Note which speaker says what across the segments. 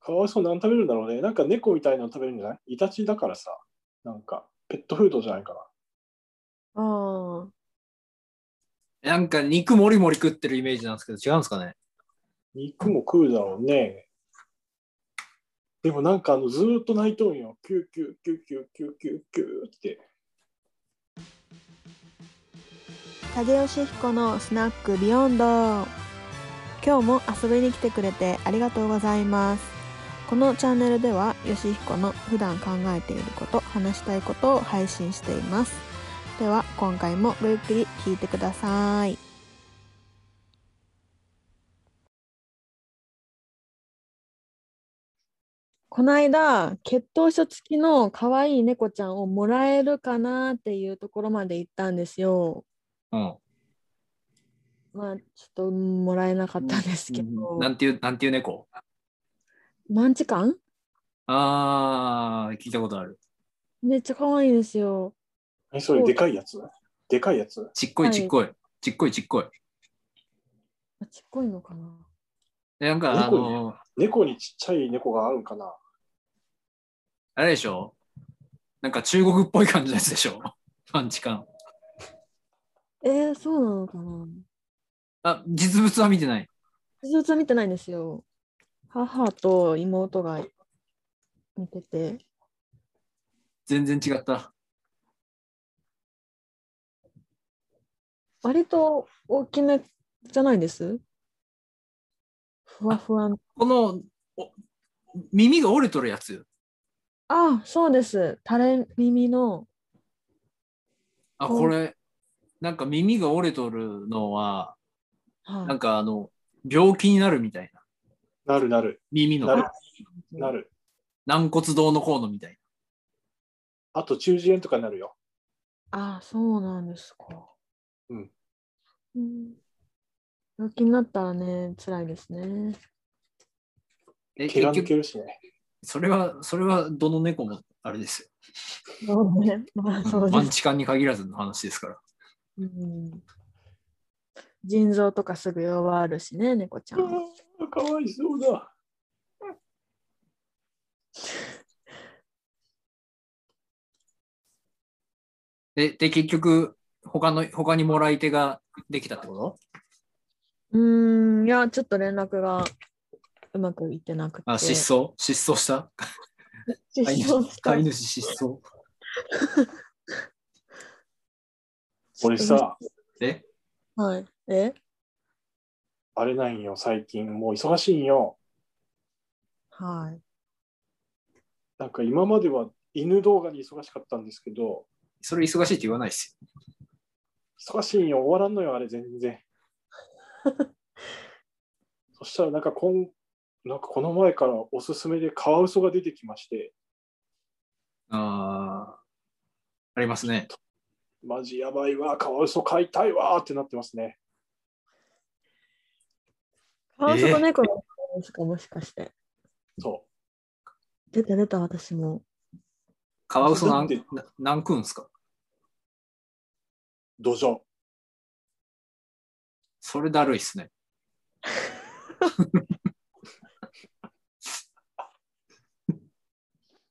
Speaker 1: かわいそう何食べるんだろうね。なんか猫みたいなの食べるんじゃないイタチだからさ。なんか、ペットフードじゃないかな。
Speaker 2: あ
Speaker 3: なんか肉もりもり食ってるイメージなんですけど、違うんですかね。
Speaker 1: 肉も食うだろうね。でもなんかあのずーっと泣いとんよ。キューキューキューキューキューキューキューって。
Speaker 2: あ。影吉彦のスナックビヨンド。今日も遊びに来てくれてありがとうございます。このチャンネルでは、吉彦の普段考えていること、話したいことを配信しています。では、今回もごゆっくり聞いてください。この間、血統書付きの可愛い猫ちゃんをもらえるかなっていうところまで行ったんですよ。
Speaker 3: うん。
Speaker 2: まあ、ちょっともらえなかったんですけど。
Speaker 3: なんていう、なんていう猫
Speaker 2: マンチカン
Speaker 3: あー、聞いたことある。
Speaker 2: めっちゃ可愛いんですよ。
Speaker 1: え、それでかいやつでかいやつ
Speaker 3: ちっこい
Speaker 2: はい
Speaker 3: ちっこい。ちっこいちっこい。
Speaker 2: あちっこいのかな
Speaker 3: でなんかあ
Speaker 1: 猫に
Speaker 3: の、
Speaker 1: 猫にちっちゃい猫があるんかな
Speaker 3: あれでしょなんか中国っぽい感じのやつでしょ パンチ感。
Speaker 2: えー、そうなのかな
Speaker 3: あ、実物は見てない。
Speaker 2: 実物は見てないんですよ。母と妹が見てて。
Speaker 3: 全然違った。
Speaker 2: 割と大きめじゃないですふわふわの。
Speaker 3: この、お耳が折れとるやつ。
Speaker 2: あ、そうです。垂れ耳の。
Speaker 3: あ、
Speaker 2: うん
Speaker 3: これ、なんか耳が折れとるのは、
Speaker 2: は
Speaker 3: なんかあの、病気になるみたいな。
Speaker 1: なるなる
Speaker 3: 耳の
Speaker 1: なる
Speaker 2: い、
Speaker 1: なる。
Speaker 3: 軟骨堂の方のみたいな。
Speaker 1: あと中耳炎とかになるよ。
Speaker 2: あ、そうなんですか。
Speaker 1: うん。
Speaker 2: うん、病気になったらね、辛いですね。
Speaker 3: え、
Speaker 1: 毛
Speaker 3: 結
Speaker 1: が抜
Speaker 3: 局、
Speaker 1: けるしね。
Speaker 3: それは、それはどの猫もあれですよ。
Speaker 2: そうね。まあ、そう
Speaker 3: マ
Speaker 2: で
Speaker 3: ン
Speaker 2: す。
Speaker 3: チカンに限らずの話ですから。
Speaker 2: うん腎臓とかすぐ弱るしね、猫ちゃん。
Speaker 1: うんかわいそうだ。
Speaker 3: で、で結局、他の、他にもらい手ができたってこと
Speaker 2: うん、いや、ちょっと連絡がうまくいってなくて。
Speaker 3: あ、失踪失踪した
Speaker 2: 失
Speaker 3: 飼い
Speaker 2: 踪
Speaker 3: 主
Speaker 2: した
Speaker 3: 飼い主失踪。
Speaker 1: 俺さ、
Speaker 3: え
Speaker 2: はい。え
Speaker 1: あれなんよ、最近。もう忙しいんよ。
Speaker 2: はい。
Speaker 1: なんか今までは犬動画に忙しかったんですけど、
Speaker 3: それ忙しいって言わないですよ。
Speaker 1: 忙しいんよ、終わらんのよ、あれ、全然。そしたら、なんかこん、なんかこの前からおすすめでカワウソが出てきまして、
Speaker 3: ああ、ありますね。
Speaker 1: マジやばいわ、カワウソ飼いたいわーってなってますね。
Speaker 2: カワウソと猫のですか、もしかして。
Speaker 1: そ
Speaker 2: 出た出た、私も。
Speaker 3: カワウソなん
Speaker 1: だって
Speaker 3: ななんくんすか
Speaker 1: う、土壌。
Speaker 3: それだるいっすね。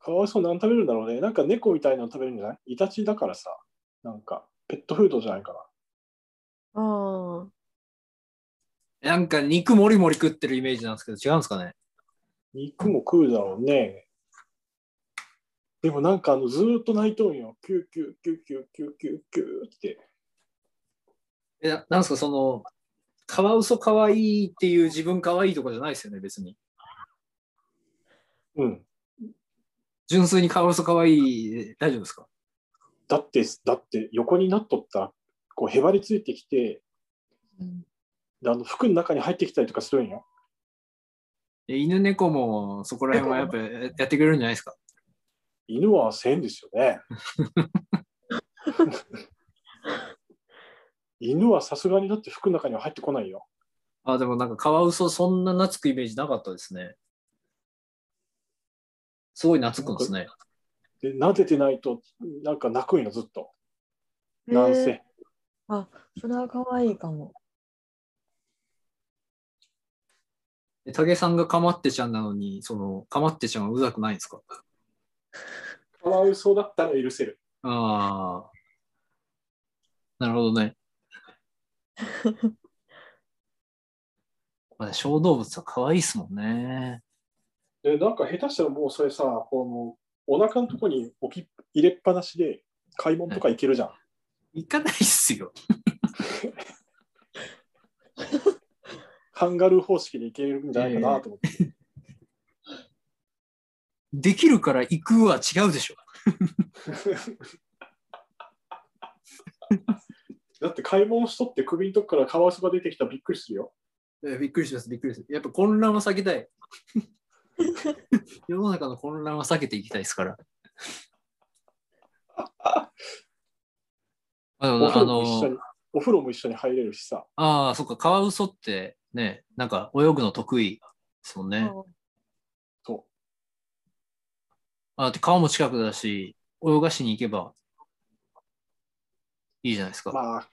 Speaker 1: カワウソ何食べるんだろうね。なんか猫みたいなの食べるんじゃないイタチだからさ、なんかペットフードじゃないかな。
Speaker 2: ああ。
Speaker 3: なんか肉もりもり食ってるイメージなんですけど、違うんですかね
Speaker 1: 肉も食うだろうね。でもなんかあのずーっと泣いとんよ。キューキューキューキューキューキューキューって。
Speaker 3: え、ななんすか、その、カワウソ可愛いっていう自分可愛いとかじゃないですよね、別に。
Speaker 1: うん。
Speaker 3: 純粋にカワウソ可愛いで大丈夫ですか
Speaker 1: だって、だって横になっとったら、こうへばりついてきて、
Speaker 2: うん
Speaker 1: であの服の中に入ってきたりとかするんよ。
Speaker 3: え犬猫もそこら辺はやっぱややってくれるんじゃないですか
Speaker 1: 犬はせんですよね。犬はさすがにだって服の中には入ってこないよ。
Speaker 3: あ、でもなんかカワウソそんな懐くイメージなかったですね。すごい懐くんですね。
Speaker 1: で、撫でてないと、なんか泣くんよ、ずっと。なん
Speaker 2: え
Speaker 1: せ。
Speaker 2: ーそれは可愛いかも。
Speaker 3: え武さんがかまってちゃんなのに、その、かまってちゃんはうざくないんですか
Speaker 1: カワウソだったら許せる。
Speaker 3: ああ。なるほどね。まあね小動物は可愛いですもんね。
Speaker 1: で、なんか下手したらもうそれさ、このお腹のとこに置き入れっぱなしで買い物とか行けるじゃん。
Speaker 3: 行かないっすよ。
Speaker 1: カンガルー方式で行けるんじゃないかなと思って。
Speaker 3: できるから行くは違うでしょ。
Speaker 1: だって買い物しとって首のとこからカワウソが出てきたらびっくりするよ。
Speaker 3: えびっくりします、びっくりです。やっぱ混乱は避けたい。 世の中の混乱は避けていきたいですから。あ
Speaker 1: お風
Speaker 3: の、あ
Speaker 1: 呂も一緒
Speaker 3: の
Speaker 1: にお風呂も一緒に入れるしさ。
Speaker 3: あー、そっか、カワウソってね、なんか泳ぐの得意ですもん ね。
Speaker 1: そ
Speaker 3: あだって川も近くだし、泳がしに行けばいいじゃないです
Speaker 1: う。
Speaker 3: か。
Speaker 1: まあ、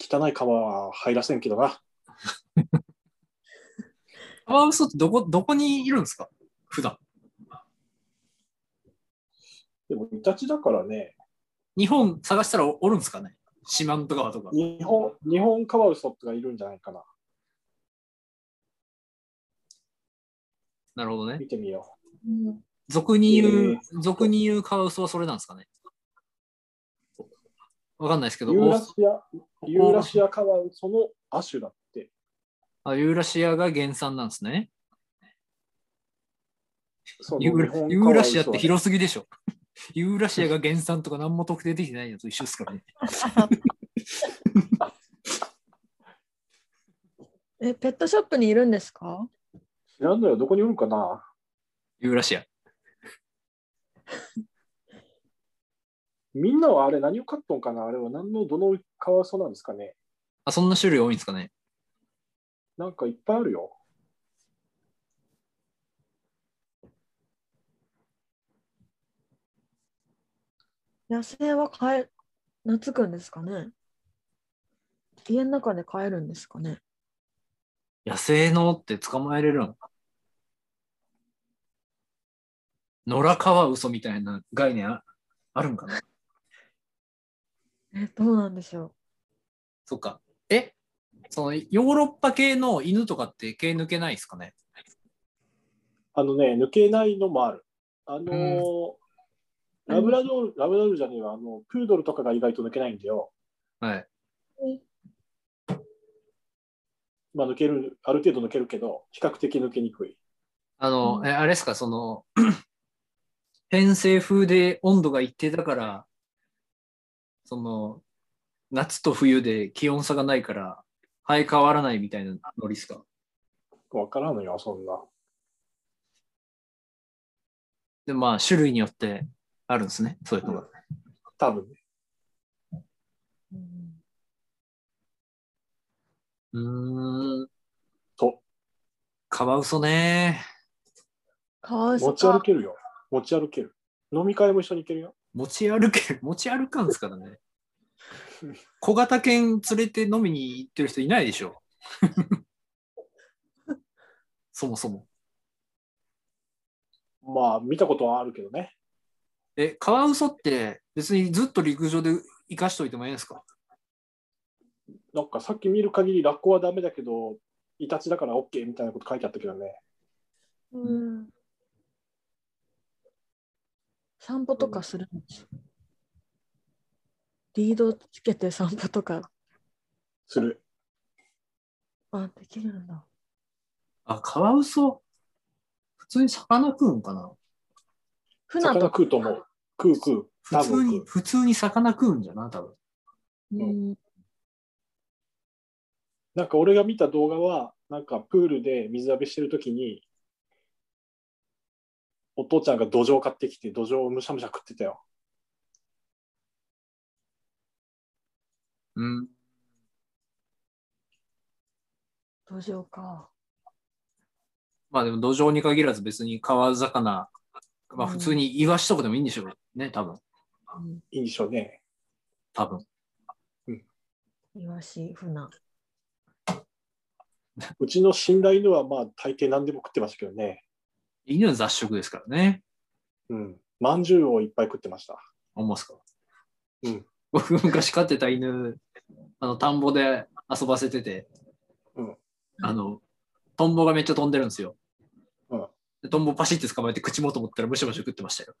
Speaker 1: 汚い川は入らせんけどな。
Speaker 3: カワウソってどこ、どこにいるんですか普段。
Speaker 1: でも、イタチだからね、
Speaker 3: 日本探したらおおるんですかね四万十川とか。
Speaker 1: 日本、日本カワウソとかいるんじゃないかな。
Speaker 3: なるほどね。
Speaker 1: 見てみよ
Speaker 3: 俗に言う、俗に言うカワウソはそれなんですかねわかんないですけ
Speaker 1: う。
Speaker 3: ど、
Speaker 1: ユーラ
Speaker 3: オー
Speaker 1: シア、ユーラシアカワウソの亜種だって。
Speaker 3: あユーラシアが原産なんですね。
Speaker 1: その
Speaker 3: ユー
Speaker 1: 日本
Speaker 3: ラユーラシアっ
Speaker 1: カワウソは
Speaker 3: て広すぎでしょ。 ユーラシアが原産とか何も特定できてないのと一緒です からね。
Speaker 2: え、ペットショップにいるんですか
Speaker 1: 知らんのよ、どこにおるかな。
Speaker 3: ユーラシア。
Speaker 1: みんなはあれ何を飼っとんかなあれは何のどのカワウソなんですかね
Speaker 3: あ、そんな種類多いんですかね
Speaker 1: なんかいっぱいあるよ。
Speaker 2: 野生は飼え、懐くんですかね家の中で飼えるんですかね
Speaker 3: 野生のって捕まえれるの野良カワウソみたいな概念ああるんかな
Speaker 2: え、どうなんでしょ
Speaker 3: そっか。えそのヨーロッパ系の犬とかって毛抜けないですかね
Speaker 1: あのね、抜けないのもある。あのー
Speaker 2: うん
Speaker 1: ラブラドール、ラブラドールじゃねえわ、あの、プードルとかが意外と抜けないんだよ。
Speaker 3: はい。
Speaker 1: まあ抜ける、ある程度抜けるけど、比較的抜けにくい。
Speaker 3: あの、
Speaker 2: うん
Speaker 3: えあれですか、その、 偏西風で温度が一定だから、その、夏と冬で気温差がないから、生え変わらないみたいなノリですか
Speaker 1: わからんのよ、そんな。
Speaker 3: で、まあ、種類によってあるんですね、そういうのが。
Speaker 1: 多分ね。
Speaker 2: う。
Speaker 3: うーん。
Speaker 1: と。
Speaker 3: カワウソね。
Speaker 2: かわいそ
Speaker 1: 持
Speaker 2: う
Speaker 1: ち歩けるよ。持ち歩ける。飲み会も一緒に行けるよ。
Speaker 3: 持ち歩け、 持ち歩かんですからね。小型犬連れて飲みに行ってる人いないでしょ。 そもそも。
Speaker 1: まあ、見たことはあるけどね。
Speaker 3: え、カワウソって別にずっと陸上で生かしといてもいいんですか
Speaker 1: なんかさっき見る限り、ラッコはダメだけど、イタチだから OK みたいなこと書いてあったけどね。
Speaker 2: うん。散歩とかするんです。リードつけて散歩とか、
Speaker 1: する。
Speaker 2: あ、できるんだ。
Speaker 3: あ、カワウソ、普通に魚食うんかな
Speaker 2: 船
Speaker 1: 魚
Speaker 2: とか。
Speaker 1: 食うと思う。食う食う。多
Speaker 3: 普通
Speaker 1: 分
Speaker 3: に、
Speaker 1: 食う。
Speaker 3: 普通に魚食うんじゃな、多分。
Speaker 2: うん
Speaker 1: なんか俺が見た動画は、なんかプールで水浴びしてるときに、お父ちゃんが土壌買ってきて、土壌をむしゃむしゃ食ってたよ。
Speaker 3: うん。
Speaker 2: 土壌か。
Speaker 3: まあでも土壌に限らず別に川魚、まあ普通にイワシとかでもいいんでしょうね、多分。
Speaker 2: うん
Speaker 1: いいんでしょうね。
Speaker 3: 多分。
Speaker 2: イワシ、船。
Speaker 1: うちの信頼のはまあ大抵何でも食ってましたけどね。
Speaker 3: 犬は雑食ですからね。
Speaker 1: うん。まんじゅうをいっぱい食ってました。
Speaker 3: 思うすか。
Speaker 1: うん。
Speaker 3: 僕昔飼ってた犬、あの、田んぼで遊ばせてて、
Speaker 1: うん
Speaker 3: あの、トンボがめっちゃ飛んでるんですよ。
Speaker 1: うん
Speaker 3: でトンボパシって捕まえて口元持ったらむしゃむしゃ食ってましたよ。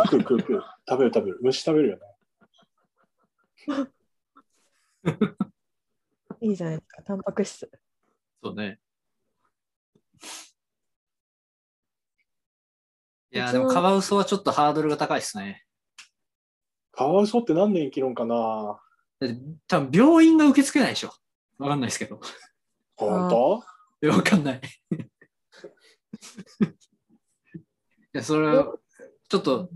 Speaker 1: あ食う食う食う。食べる食べる。虫食べるよね。
Speaker 2: いいじゃないですか、タンパク質。
Speaker 3: そうね。いうや、
Speaker 2: ち
Speaker 3: で
Speaker 2: の
Speaker 3: もカワウソはちょっとハードルが高いですね。
Speaker 1: カワウソって何年生きるんかな
Speaker 3: だって多分病院が受け付けないでしょ。わかんないですけど。
Speaker 1: 本当
Speaker 3: いやわかんない。い や、それは、ちょっと、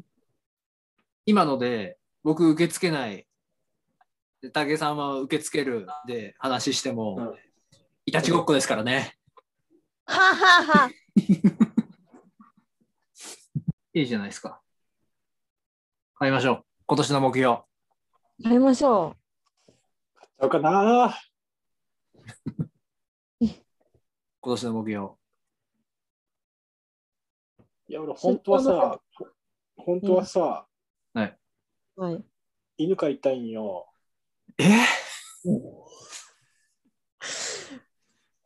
Speaker 3: 今ので、僕受け付けない、で武井さんは受け付けるで話しても、
Speaker 1: うん
Speaker 3: いたちごっこですからね。
Speaker 2: はあはあはあ。
Speaker 3: いいじゃないですか。買いましょう。今年の目標。
Speaker 2: やりましょ
Speaker 1: 買っちゃうかな
Speaker 3: 今年の目標。
Speaker 1: いや、俺、本当はさ、本当はさ、
Speaker 2: う。はい。
Speaker 1: 犬飼いたいんよ。
Speaker 3: え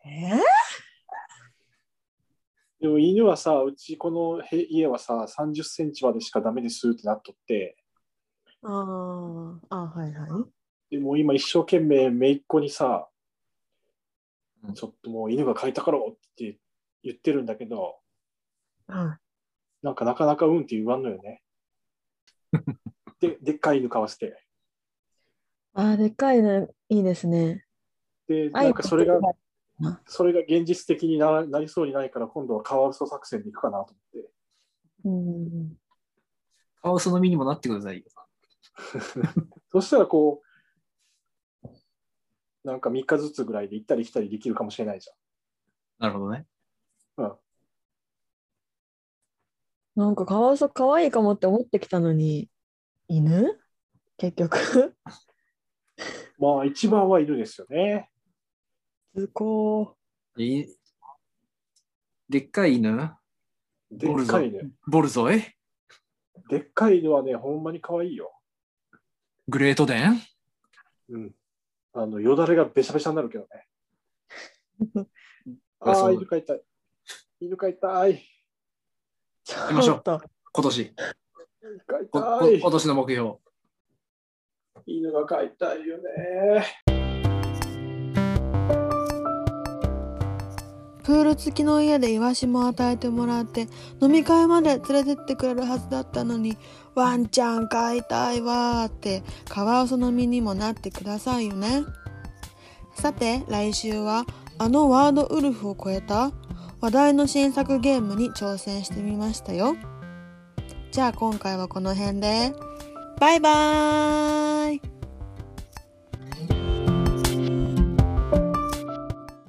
Speaker 2: え
Speaker 1: でも犬はさ、うちこのへ家はさ、30センチまでしかダメですってなっとって、
Speaker 2: ああ、あはいはい。
Speaker 1: でもう今一生懸命姪っ子にさ
Speaker 3: うん、
Speaker 1: ちょっともう犬が飼いたからって言ってるんだけど、
Speaker 2: は
Speaker 1: なんかなかなかうんって言わんのよね。で、でっかい犬飼わせて。
Speaker 2: ああ、でっかいのいいですね。
Speaker 1: で、なんかそれが、
Speaker 2: は
Speaker 1: それが現実的にななりそうにないから、今度はカワウソ作戦でいくかなと思って。
Speaker 2: うん。
Speaker 3: カワウソの身にもなってくださいよ。
Speaker 1: そしたらこう、なんか3日ずつぐらいで行ったり来たりできるかもしれないじ
Speaker 3: なるほどね。
Speaker 2: なんかカワウソ可愛いかもって思ってきたのに、犬結局。
Speaker 1: ゃん。まあ一番は犬ですよね。
Speaker 2: 図工。
Speaker 3: いでっかい犬
Speaker 1: で
Speaker 3: ボル
Speaker 1: っ
Speaker 3: ゾ
Speaker 1: か
Speaker 3: イ
Speaker 1: い犬。
Speaker 3: ボルゾイ
Speaker 1: でっかい犬はね、ほんまに可愛いよ。
Speaker 3: グレートデン
Speaker 1: うん。あの、よだれがべしゃべしゃになるけどね。
Speaker 3: あ
Speaker 1: あ
Speaker 3: そ
Speaker 1: あ、
Speaker 3: う
Speaker 1: 犬飼いたい。犬飼いたい。
Speaker 2: ち
Speaker 3: りましょ
Speaker 2: ょ
Speaker 3: う
Speaker 2: っと。
Speaker 3: 今年。
Speaker 1: 犬飼い
Speaker 3: こ
Speaker 1: た
Speaker 3: こ
Speaker 1: い
Speaker 3: 今。年の目標。
Speaker 1: 犬が飼いたいよね。
Speaker 2: プール付きの家でイワシも与えてもらって飲み会まで連れてってくれるはずだったのにワンちゃん飼いたいわーってカワウソの身にもなってくださいよねさて来週はあのワードウルフを超えた話題の新作ゲームに挑戦してみましたよじゃあ今回はこの辺でバイバーイ